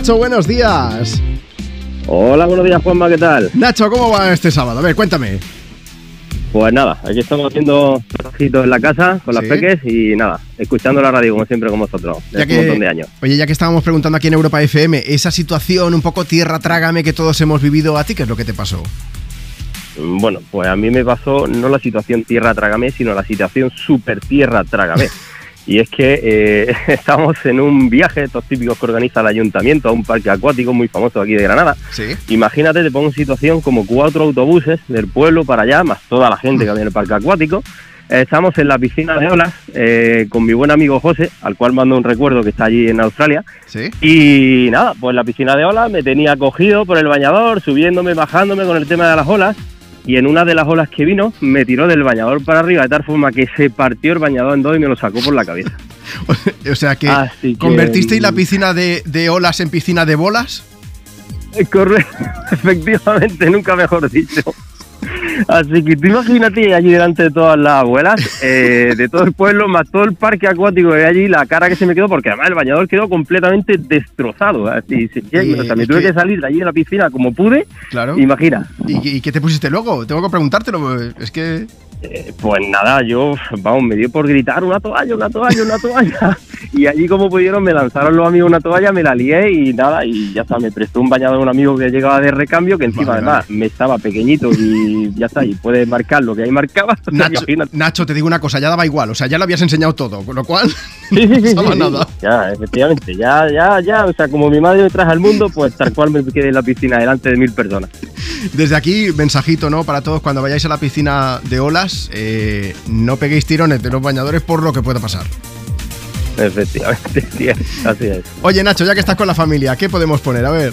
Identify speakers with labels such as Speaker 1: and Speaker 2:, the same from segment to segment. Speaker 1: Nacho, buenos días.
Speaker 2: Hola, buenos días, Juanma, ¿qué tal?
Speaker 1: Nacho, ¿cómo va este sábado? A ver, cuéntame.
Speaker 2: Pues nada, aquí estamos haciendo trabajitos en la casa con las
Speaker 1: Sí.
Speaker 2: peques y nada, escuchando la radio como siempre con vosotros, desde un montón de años.
Speaker 1: Oye, ya que estábamos preguntando aquí en Europa FM, esa situación un poco tierra trágame que todos hemos vivido, ¿a ti qué es lo que te pasó?
Speaker 2: Mm, Bueno, pues a mí me pasó no la situación tierra trágame, sino la situación super tierra trágame. Y es que eh, estamos en un viaje, estos típicos que organiza el ayuntamiento, a un parque acuático muy famoso aquí de Granada.
Speaker 1: Sí.
Speaker 2: Imagínate, te pongo en situación como cuatro autobuses del pueblo para allá, más toda la gente que había en el parque acuático. Eh, Estamos en la piscina de olas eh, con mi buen amigo José, al cual mando un recuerdo que está allí en Australia.
Speaker 1: Sí.
Speaker 2: Y nada, pues la piscina de olas me tenía cogido por el bañador, subiéndome, bajándome con el tema de las olas. Y en una de las olas que vino, me tiró del bañador para arriba, de tal forma que se partió el bañador en dos y me lo sacó por la cabeza.
Speaker 1: O sea que,
Speaker 2: Así Ah, que-
Speaker 1: ¿convertisteis la piscina de, de olas en piscina de bolas?
Speaker 2: Eh, Correcto, efectivamente, nunca mejor dicho. Así que tú imagínate allí delante de todas las abuelas, eh, de todo el pueblo, más todo el parque acuático que hay allí, la cara que se me quedó, porque además el bañador quedó completamente destrozado. Así, sí, sí,
Speaker 1: Eh,
Speaker 2: o sea, me
Speaker 1: es
Speaker 2: tuve
Speaker 1: que-
Speaker 2: que... salir de allí de la piscina como pude,
Speaker 1: Claro.
Speaker 2: imagina.
Speaker 1: ¿Y, y qué te pusiste luego? Tengo que preguntártelo, es que...
Speaker 2: Eh, Pues nada, yo, vamos, me dio por gritar una toalla, una toalla, una toalla. Y allí como pudieron me lanzaron los amigos una toalla, me la lié y nada, y ya está, me prestó un bañador un amigo que llegaba de recambio, que encima
Speaker 1: Vale,
Speaker 2: además me estaba pequeñito y ya está, y puede marcar lo que ahí marcaba.
Speaker 1: Nacho,
Speaker 2: Imagínate.
Speaker 1: Nacho, te digo una cosa, ya daba igual, o sea, ya lo habías enseñado todo, con lo cual...
Speaker 2: Sí, sí, sí, sí,
Speaker 1: pasaba
Speaker 2: sí.
Speaker 1: nada.
Speaker 2: Ya, efectivamente, ya, ya, ya, o sea, como mi madre me trajo al mundo, pues tal cual me quedé en la piscina delante de mil personas.
Speaker 1: Desde aquí, mensajito, ¿no? Para todos, cuando vayáis a la piscina de olas, eh, no peguéis tirones de los bañadores por lo que pueda pasar.
Speaker 2: Efectivamente, sí, así es.
Speaker 1: Oye, Nacho, ya que estás con la familia, ¿qué podemos poner? A ver.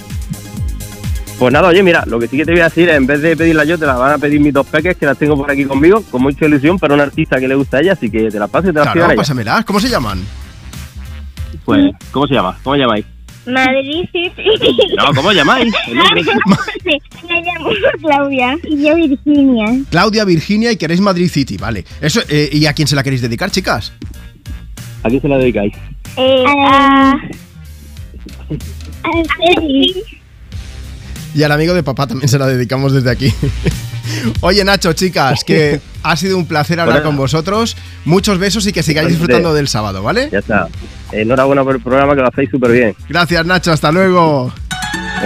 Speaker 2: Pues nada, oye, mira, lo que sí que te voy a decir es, en vez de pedirla yo, te la van a pedir mis dos peques, que las tengo por aquí conmigo, con mucha ilusión, para un artista que le gusta a ella, así que te la paso y te la
Speaker 1: Claro,
Speaker 2: pido a ella.
Speaker 1: pásamelas. ¿Cómo se llaman?
Speaker 2: Pues, ¿cómo se llama? ¿Cómo llamáis?
Speaker 3: Madrid City.
Speaker 2: No, ¿cómo llamáis? Oye, que-
Speaker 3: Sí, me llamo Claudia y yo Virginia.
Speaker 1: Claudia, Virginia y queréis Madrid City, vale. Eso, eh, ¿Y a quién se la queréis dedicar, chicas?
Speaker 2: ¿A quién se la dedicáis?
Speaker 3: Eh, ah, a... a Ceci.
Speaker 1: Y al amigo de papá también se la dedicamos desde aquí. Oye, Nacho, chicas, que ha sido un placer hablar
Speaker 2: Bueno.
Speaker 1: con vosotros. Muchos besos y que sigáis disfrutando del sábado, ¿vale?
Speaker 2: Ya está. Enhorabuena por el programa, que lo hacéis súper bien.
Speaker 1: Gracias, Nacho. Hasta luego.